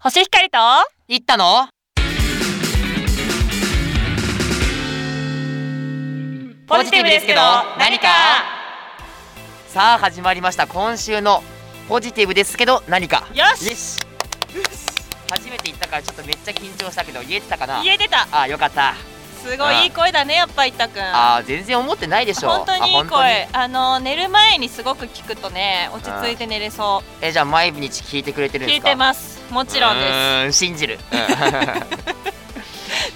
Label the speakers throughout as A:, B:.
A: 星光と
B: 行ったのポジティブですけど何かさあ始まりました今週のポジティブですけど何か
A: よし
B: よし初めて行ったからちょっとめっちゃ緊張したけど言えてたかな
A: 家出た
B: あよかった
A: すごいいい声だねやっぱいったくん
B: あ全然思ってないでしょ
A: 本当にいい
B: あ本
A: 声あの寝る前にすごく聞くとね落ち着いて寝れそ
B: 当にえじゃあ毎日聞いてくれて
A: う
B: るんで
A: 聞い
B: すか
A: てますもちろん
B: う
A: で
B: ーん信 じる
A: す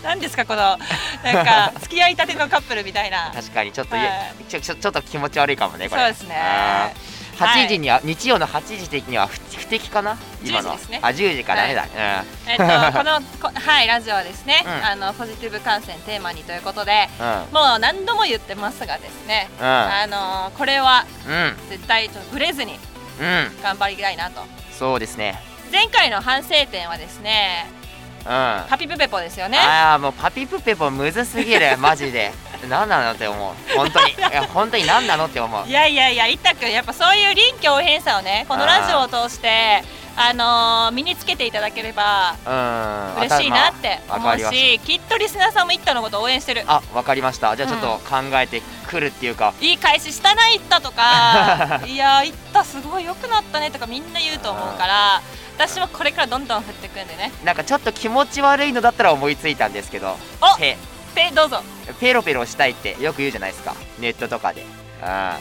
A: 何ですかこの なんか付き合いたてのカップルみたいな
B: 確かにちょっと、
A: はい
B: ちょちょちょっと気持ち悪いかもねこれ
A: そうですね
B: あー
A: はい
B: 8時には、日曜の8時的には不不適かな今の
A: 10時ですね
B: あ10時かダメだ、うん
A: えっ とこのこはいラジオはですね、
B: うん
A: あのポジティブ感染テーマにということで
B: うん
A: もう何度も言ってますがですね、
B: う
A: あのこれは
B: ん
A: 絶対ちょっとブレずに
B: うんうん
A: 頑張りたいなと
B: そうですね
A: 前回の反省点はですね
B: うんあ
A: パピプペポですよね
B: あーもうパピプペポむずす ぎるマジで何なのって思う本当にいや本当に何なのって思う
A: いやいやいやいったくんやっぱそういう臨機応変さをねこのラジオを通してあのー身につけていただければ
B: うん
A: 嬉しいなって
B: 頭わ
A: 思
B: か
A: う
B: り
A: し
B: まし
A: きっとリスナーさんもいったのこと応援してる
B: たあわかりましたじゃあちょっと考えてくるっていうか、
A: いい返ししたな、いったと か、いや、いった、すごい良くなったねとか、みんな言うと思うから、私もこれからどんどん振っていくんでね。
B: なんかちょっと気持ち悪いのだったら思いついたんですけど
A: お
B: 手
A: で、どうぞ。
B: ペロペロしたいってよく言うじゃないですかネットとかでうん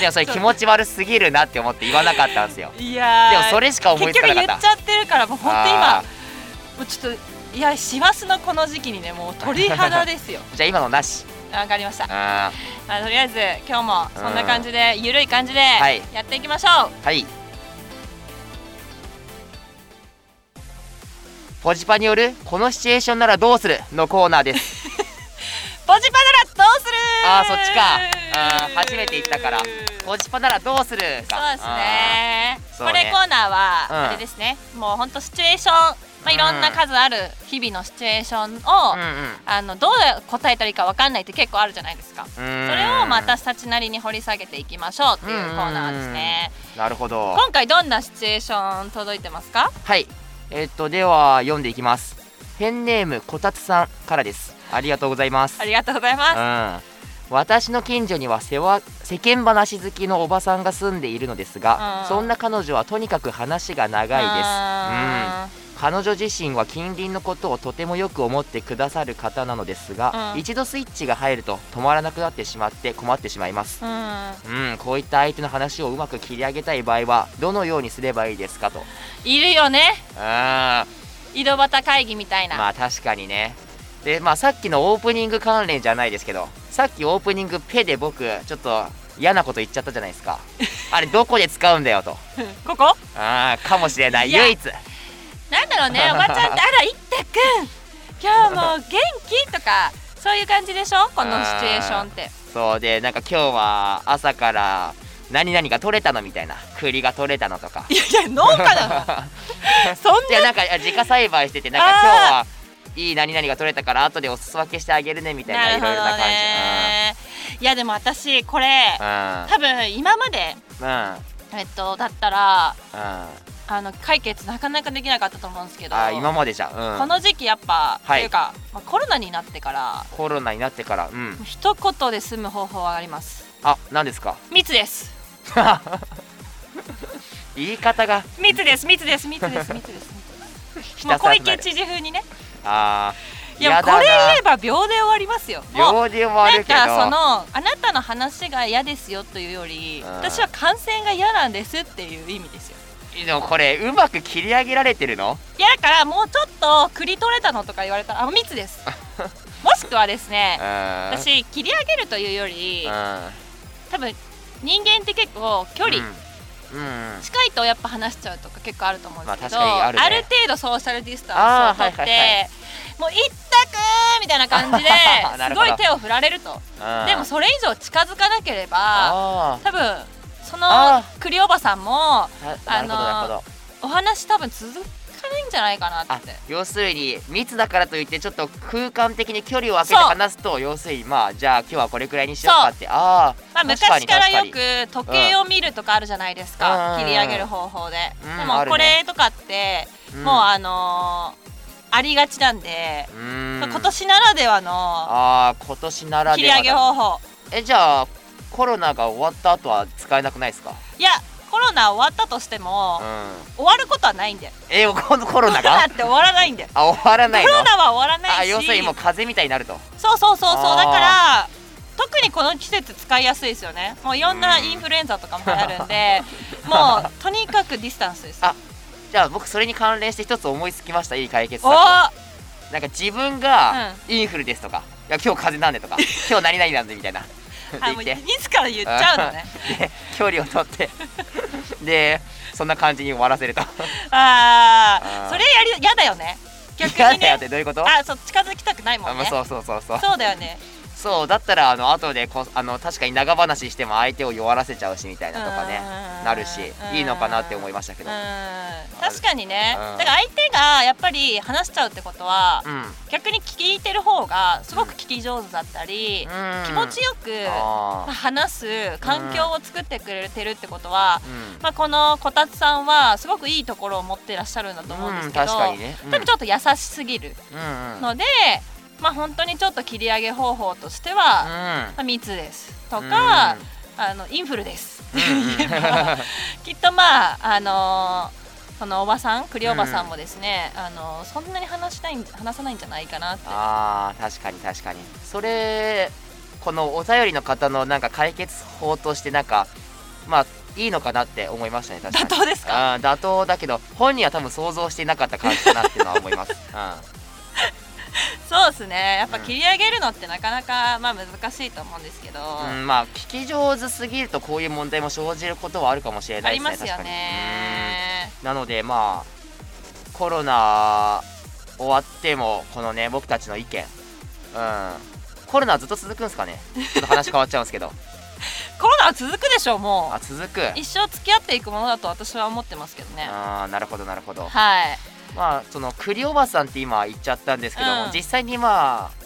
B: でもそれ気持ち悪すぎるなって思って言わなかったんですよ
A: いやー、
B: でもそれしか思いつ
A: 結
B: か
A: 局
B: な
A: 言
B: か
A: っ
B: っ
A: ち
B: た
A: ゃってるから、もう本当今
B: あ、
A: もうちょっと、いや、師走のこの時期にね、もう鳥肌です よ。
B: じゃあ今のなし
A: わかりました。
B: あ
A: まあとりあえず、今日もそんな感じで、ゆるい感じで
B: はい、
A: やっていきましょう。
B: はいポジパによるこのシチュエーションならどうするのコーナーで す
A: ポジパならどうする
B: あーそっちかあー初めて言ったからポジパならどうする
A: そ
B: か
A: うですね
B: そう
A: こ
B: ね
A: れコーナー
B: うん
A: はあれですね、もうほんとシチュエーション、まあ、いろんな数ある日々のシチュエーションを、
B: うんうん
A: あのどう答えたらいいかわかんないって結構あるじゃないですか
B: そ
A: それをまあ私たちなりに掘り下げていきましょうっていうコーナーですね
B: なるほど
A: 今回どんなシチュエーション届いてますか
B: はい。えっと、では、読んでいきます。ペンネームこたつさんからです。ありがとうございます。
A: ありがとうございます
B: うん。私の近所には世話世間話好きのおばさんが住んでいるのです
A: う
B: が
A: ん
B: そんな彼女はとにかく話が長いです、うん、彼女自身は近隣のことをとてもよく思ってくださる方なのですが、
A: うん
B: 一度スイッチが入ると止まらなくなってしまって困ってしまいます、
A: うんうん
B: うん、こういった相手の話をうまく切り上げたい場合はどのようにすればいいですかと
A: いるよね
B: ああ
A: 井戸端会議みたいな、
B: まあ確かにねでまあさっきのオープニング関連じゃないですけどさっきオープニングペで僕ちょっと嫌なこと言っちゃったじゃないで すかあれどこで使うんだよと
A: ここ
B: ああかもしれない
A: いや
B: 唯一
A: なんだろう ね、おばちゃんって、あら、いったくん、今日も元気とか、そういう感じでしょ、このシチュエーションって。
B: そうでなんか今日は朝から何々が取れたのみたいな栗が取れたのとか
A: いやいや、農家 だもん、そん
B: いやなんかあ自家栽培しててなんか
A: あー
B: 今日はいい何々が取れたから後でお裾分けしてあげるねみたい
A: な、
B: な
A: ないるほ
B: ろいろな
A: ど
B: 感
A: ね。いや、でも私、これ、
B: じ
A: 多分今まで、
B: うんうんうん
A: えっと、だったら、
B: うん
A: あの解決、なかなかできなかったと思うんですけど、
B: あ今までじゃん、う
A: こ
B: ん、
A: の時期、やっぱ、
B: はい
A: というか、まあ、コロナになってから、
B: コロナになってからうん
A: 一言で済む方法はあります。
B: あ、何ですか
A: 密です。
B: 言い方が
A: 密です、密です、密です、 密です。
B: ひ
A: もう
B: たす
A: 小
B: らにな
A: 池
B: る
A: 知事風にね。
B: あー
A: いや
B: や
A: これ
B: だ
A: 言
B: な
A: えば秒で終わりますよ。もう
B: 両流もあ
A: な
B: る
A: ん
B: けど
A: かそのあなたの話が嫌ですよというより、
B: うん
A: 私は感染が嫌なんですっていう意味ですよ。
B: でもこれうまく切り上げられてるの
A: いやだからもうちょっと栗取れたのとか言われたらあ密 です。もしくはです
B: う
A: ね、
B: ん
A: 私切り上げるというより
B: うん、
A: 多分人間って結構距離。
B: うん、うん
A: 近いとやっぱ話しちゃうとか結構あると思うんですけど、
B: まあ確かにあるね
A: る程度ソーシャルディスタンスを取って、
B: あーはいはいは
A: もう一択みたいな感じで
B: な
A: す
B: るほ
A: ご
B: ど
A: い手を振られると
B: うん
A: でもそれ以上近づかなければ
B: あ
A: 多分その
B: あ
A: 栗おばさんも
B: ーななるほどなるほど
A: お話多分続かないんじじゃないかな
B: あ
A: って
B: 要するに密だからといってちょっと空間的に距離を空けて
A: そう
B: 話すと要するにまあじゃあ今日はこれくらいにしようかってあ
A: ま
B: あ、
A: あ、
B: 確か
A: 昔
B: に
A: から
B: 確か
A: よ
B: に
A: く時計を見るとかあるじゃないですか、
B: うん
A: 切り上げる方法で、
B: うん
A: で
B: あ
A: も
B: るね
A: これとかって、
B: うん
A: もうあのーありがちなんで、
B: うーん
A: 今年ならではの
B: ああ今年なら
A: 切
B: で
A: り
B: は
A: 上げ
B: だ
A: 方法
B: えじゃあコロナが終わった後は使えなくないですか
A: いやコロナ終わったとして
B: う
A: も、
B: ん
A: 終わることはないんだよ
B: えこのコロ
A: コロナ
B: ナが
A: って終わらないんだよ
B: あ終わらない
A: コ
B: の
A: ロナは終わらな
B: あ
A: いし
B: 要するにもう風邪みたいになると
A: そうそうそうそう
B: あー
A: だから特にこの季節使いやすいですよねもういろんな
B: うん
A: インフルエンザとかもあるん でもうとにかくディスタンスです
B: あじゃあ僕それに関連して一つ思いつきましたいい解決
A: お
B: 策を
A: ー
B: なんか自分がインフルですとか、いや今日風邪なんで とか今日何々なんでみたいなで
A: あ
B: 言
A: も
B: っ
A: う
B: て
A: 自ら言っちゃうの ね
B: で距離を取ってでそんな感じに終わらせると
A: あ
B: あー
A: あそれやりやだよね逆
B: 嫌
A: に
B: だよっ
A: ね
B: てどういうことあ、
A: あそう近づきたくないもん
B: ま
A: ね
B: あ、
A: そう
B: そうそうそうそう
A: だよね
B: そうだったらあの後でこあの確かに長話しても相手を弱らせちゃうしみたいなとかね
A: うん
B: なるしいいのかなって思いましたけ
A: うん
B: どうん
A: 確かにね
B: うん
A: だから相手がやっぱり話しちゃうってことは逆に聞いてる方がすごく聞き上手だったり気持ち
B: よ
A: よくまあ
B: あ
A: 話す環境を作ってくれてるってことは
B: ー、うん
A: まあ、このこたつさんはすごくいいところを持ってらっしゃるんだと思うんですけど、
B: うん確かにねうん
A: 多分ちょっと優しすぎる
B: うんうん
A: ので、まあ、本当にちょっと切り上げ方法としては、まあ、密ですとか、あのインフルですって言えばきっとまああのーこのおばさん栗おばさんもですね、あのーそんなに話したいん話さないんじゃないかなって
B: あー確かに確かにそれこのお便りの方のなんか解決法としてなんかまあいいのかなって思いましたね確かに
A: 妥当ですか
B: あー妥当だけど本人は多分想像していなかった感じだなっていうのは思います、う
A: そうですねやっぱ
B: うん
A: 切り上げるのってなかなか、まあ、難しいと思うんですけど、
B: んうんまあ聞き上手すぎるとこういう問題も生じることはあるかもしれ
A: あ
B: ない
A: り
B: です
A: ま
B: ね
A: すよ
B: 確かに
A: ね
B: うんなのでまあコロナ終わってもこのね僕たちの意見うんコロナはずっと続くんですかねちょっと話変わっちゃうんです けど
A: コロナは続くでしょうも
B: あ続く
A: う一生付き合っていくものだと私は思ってますけどね
B: あーなるほどなるほど
A: はい
B: まあその栗おばさんって今言っちゃったんですけども、
A: うん
B: 実際にまあ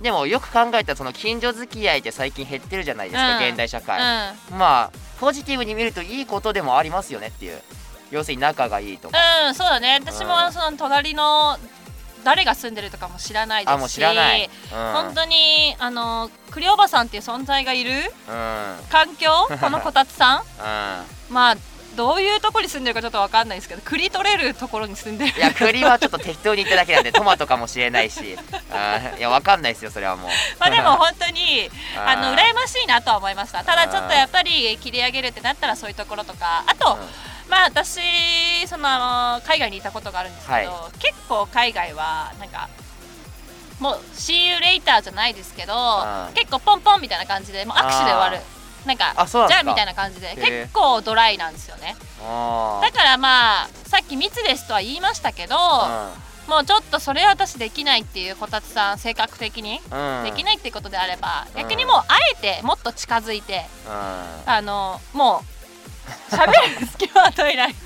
B: でもよく考えたらその近所付き合いって最近減ってるじゃないですか、
A: うん
B: 現代社会、まあポジティブに見るといいことでもありますよねっていう要するに仲がいいとか、
A: うん、うん、そうだね私も
B: うん
A: その隣の誰が住んでるとかも知らないですし
B: あもう知らない、うん、
A: 本当にあの栗おばさんっていう存在がいる
B: うん
A: 環 境このこたつさん
B: うん
A: まあどういうところに住んでるかちょっとわかんないですけど栗取れるところに住んでる
B: いや栗はちょっと適当に言っただけなんでトマトかもしれないし、うん、いやわかんないですよそれはもう
A: ま あでも本当に
B: うん
A: あの羨ましいなとは思いましたただちょっとやっぱり切り上げるってなったらそういうところとかあと、まあ私その海外にいたことがあるんですけど、
B: は
A: 結構海外はなんかもう「See you later」じゃないですけど
B: うん
A: 結構ポンポンみたいな感じでもう握手で終わるなんか
B: あそうなん
A: じ
B: です
A: ゃ
B: か
A: あみたいな感じで
B: へえ
A: 結構ドライなんですよね
B: あ
A: だからまあさっき密ですとは言いましたけど、
B: ー
A: もうちょっとそれ私できないっていうこたつさん性格的に
B: うんうん
A: できないっていうことであれば、
B: うん
A: 逆にもうあえてもっと近づいて
B: うんあ
A: あのもう喋る隙間を与えない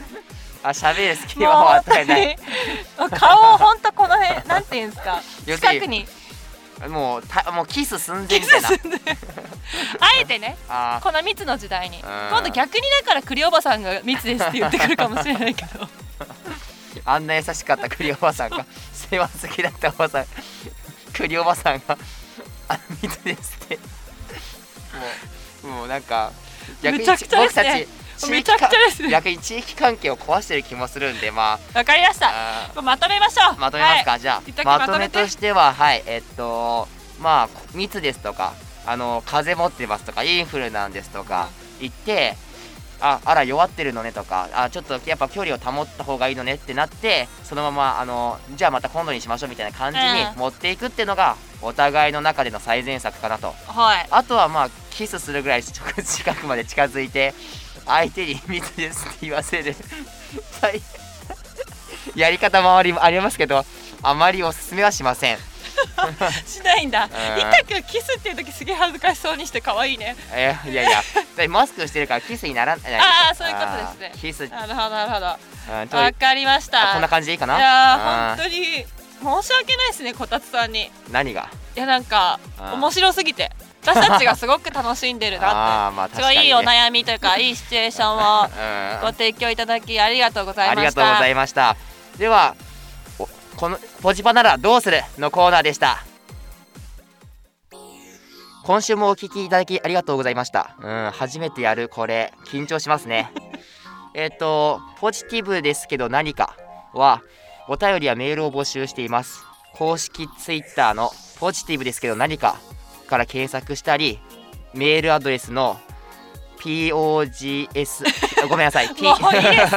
B: 喋る隙
A: もう
B: 間を
A: 本
B: 与
A: 当
B: えない
A: に顔を本当この 辺なんていうんですか
B: 要するに
A: 近くに
B: もうたもうキス寸前みたいな。
A: あえてね
B: あ
A: この密の時代に
B: ん
A: 今度逆にだから栗おばさんが密ですって言ってくるかもしれないけ ど
B: ーあんな優しかった栗おばさんが 世話好きだったおばさん 栗おばさんが「あ水です」ってもうもうなんか逆に
A: めちゃくちゃですね
B: 僕たち
A: めちゃくちゃ
B: 地域か
A: ですね
B: 逆に地域関係を壊してる気もするんでま
A: わかりました
B: あ
A: これまとめましょ
B: あ
A: う
B: ーまとめますか、
A: はい
B: じゃ
A: 一旦
B: あま
A: ま
B: と
A: と
B: め
A: めて
B: としてははいえっとまあ密ですとかあの風邪持ってますとかインフルなんですとか言ってああら弱ってるのねとかあちょっとやっぱ距離を保った方がいいのねってなってそのままあのじゃあまた今度にしましょうみたいな感じ
A: う
B: に
A: ん
B: 持っていくっていうのがお互いの中での最善策かなと
A: はい
B: あとはまあキスするぐらい近く近くまで近づいて相手に密ですって言わせるはいやり方もありありますけどあまりおすすめはしません
A: しないんだ
B: ん
A: 痛くキスっていう時すげえ恥ずかしそうにして可愛いね
B: えいやいやでマスクしてるからキスにならない
A: あーそういうことですね
B: キス、うん、ちょ
A: なるほどなるほど
B: い
A: わかりました
B: あこんな感じでいいかない
A: やー本当に申し訳ないですねこたつさんにい
B: 当何が
A: やなんか
B: あー
A: 面白すぎて私たちがすごく楽しんでるな
B: あーまあ
A: ってす
B: 確
A: ご
B: かに、ね、
A: いいいお悩みというかいいシチュエーションを
B: うん
A: ご提供いただきありがとうござい
B: あり
A: ま
B: が
A: し
B: とうご
A: た
B: ざいましたではおこの「ポジパならどうする?」のコーナーでした今週もお聞きいただきありがとうございましたうん初めてやるこれ緊張します ねえっとポジティブですけど何かはお便りやメールを募集しています公式ツイッターのポジティブですけど何かから検索したりメールアドレスの POGS ごめんなさい P-
A: もういいですもういいです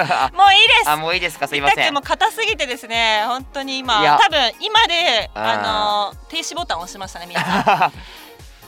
B: あもういいですかすいま
A: だっ
B: せ
A: て
B: ん
A: もう硬すぎてですね本当に今
B: いや
A: 多分今であ
B: あ
A: の停止ボタンを押しましたね皆さん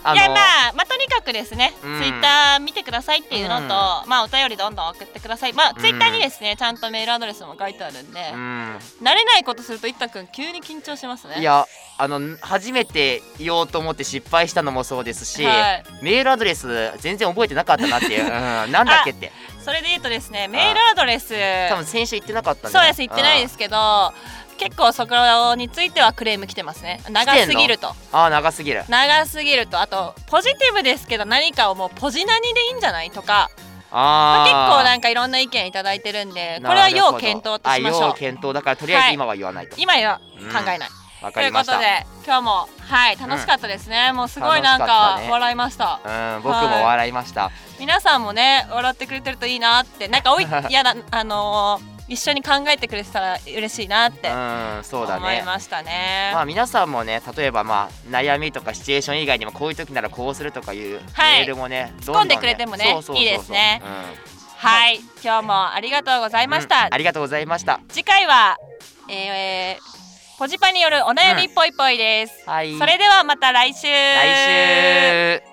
B: あ
A: いやまあまあとにかくですね、
B: うん
A: ツイッター見てくださいっていうのと、
B: うん
A: まあお便りどんどん送ってくださいまあ
B: ん
A: ツイッターにですねちゃんとメールアドレスも書いてあるんで、
B: う
A: 慣れないことするといったくん急に緊張しますね
B: んいやあの初めて言おうと思って失敗したのもそうですし、
A: はい
B: メールアドレス全然覚えてなかったなって いう、うん、なんだっけって
A: それで言うとですねメールアドレス
B: 多分先週言ってなかったん
A: そうです言ってないですすけど結構そこについてはクレーム来てますね長すぎると
B: ああ長すぎる
A: 長すぎるとあとポジティブですけど何かをもうポジ何でいいんじゃないとかまあ結
B: あ
A: 構な
B: あ
A: んかいろんな意見いただいてるんでこれは要検討としまし
B: あ
A: ょ
B: 要
A: う
B: 検討だからとりあえず今は言わないとわ、
A: 今は考えない、
B: か
A: とい
B: り
A: うこ
B: まし
A: と
B: た
A: で今日もはい楽しかったですね、もうすごいなん
B: 楽しかっ
A: か
B: たね
A: 笑いました
B: うん僕も笑いました、
A: 皆さんもね笑ってくれてるといいなってなんか おいやだあのー一緒に考えてくれてたら嬉しいなって
B: うんそうだ
A: 思い
B: ね
A: ましたね
B: まあ皆さんもね例えばまあ悩みとかシチュエーション以外にもこういう時ならこうするとかいう
A: はい
B: メールもね、ど
A: 込んでくれてもね
B: そうそうそうそう
A: いいですね
B: うん
A: はい今日もありがとうございました、
B: うんありがとうございました
A: 次回は、えー、ポジパによるお悩みぽいぽいです、
B: はい
A: それではまた来週
B: 来週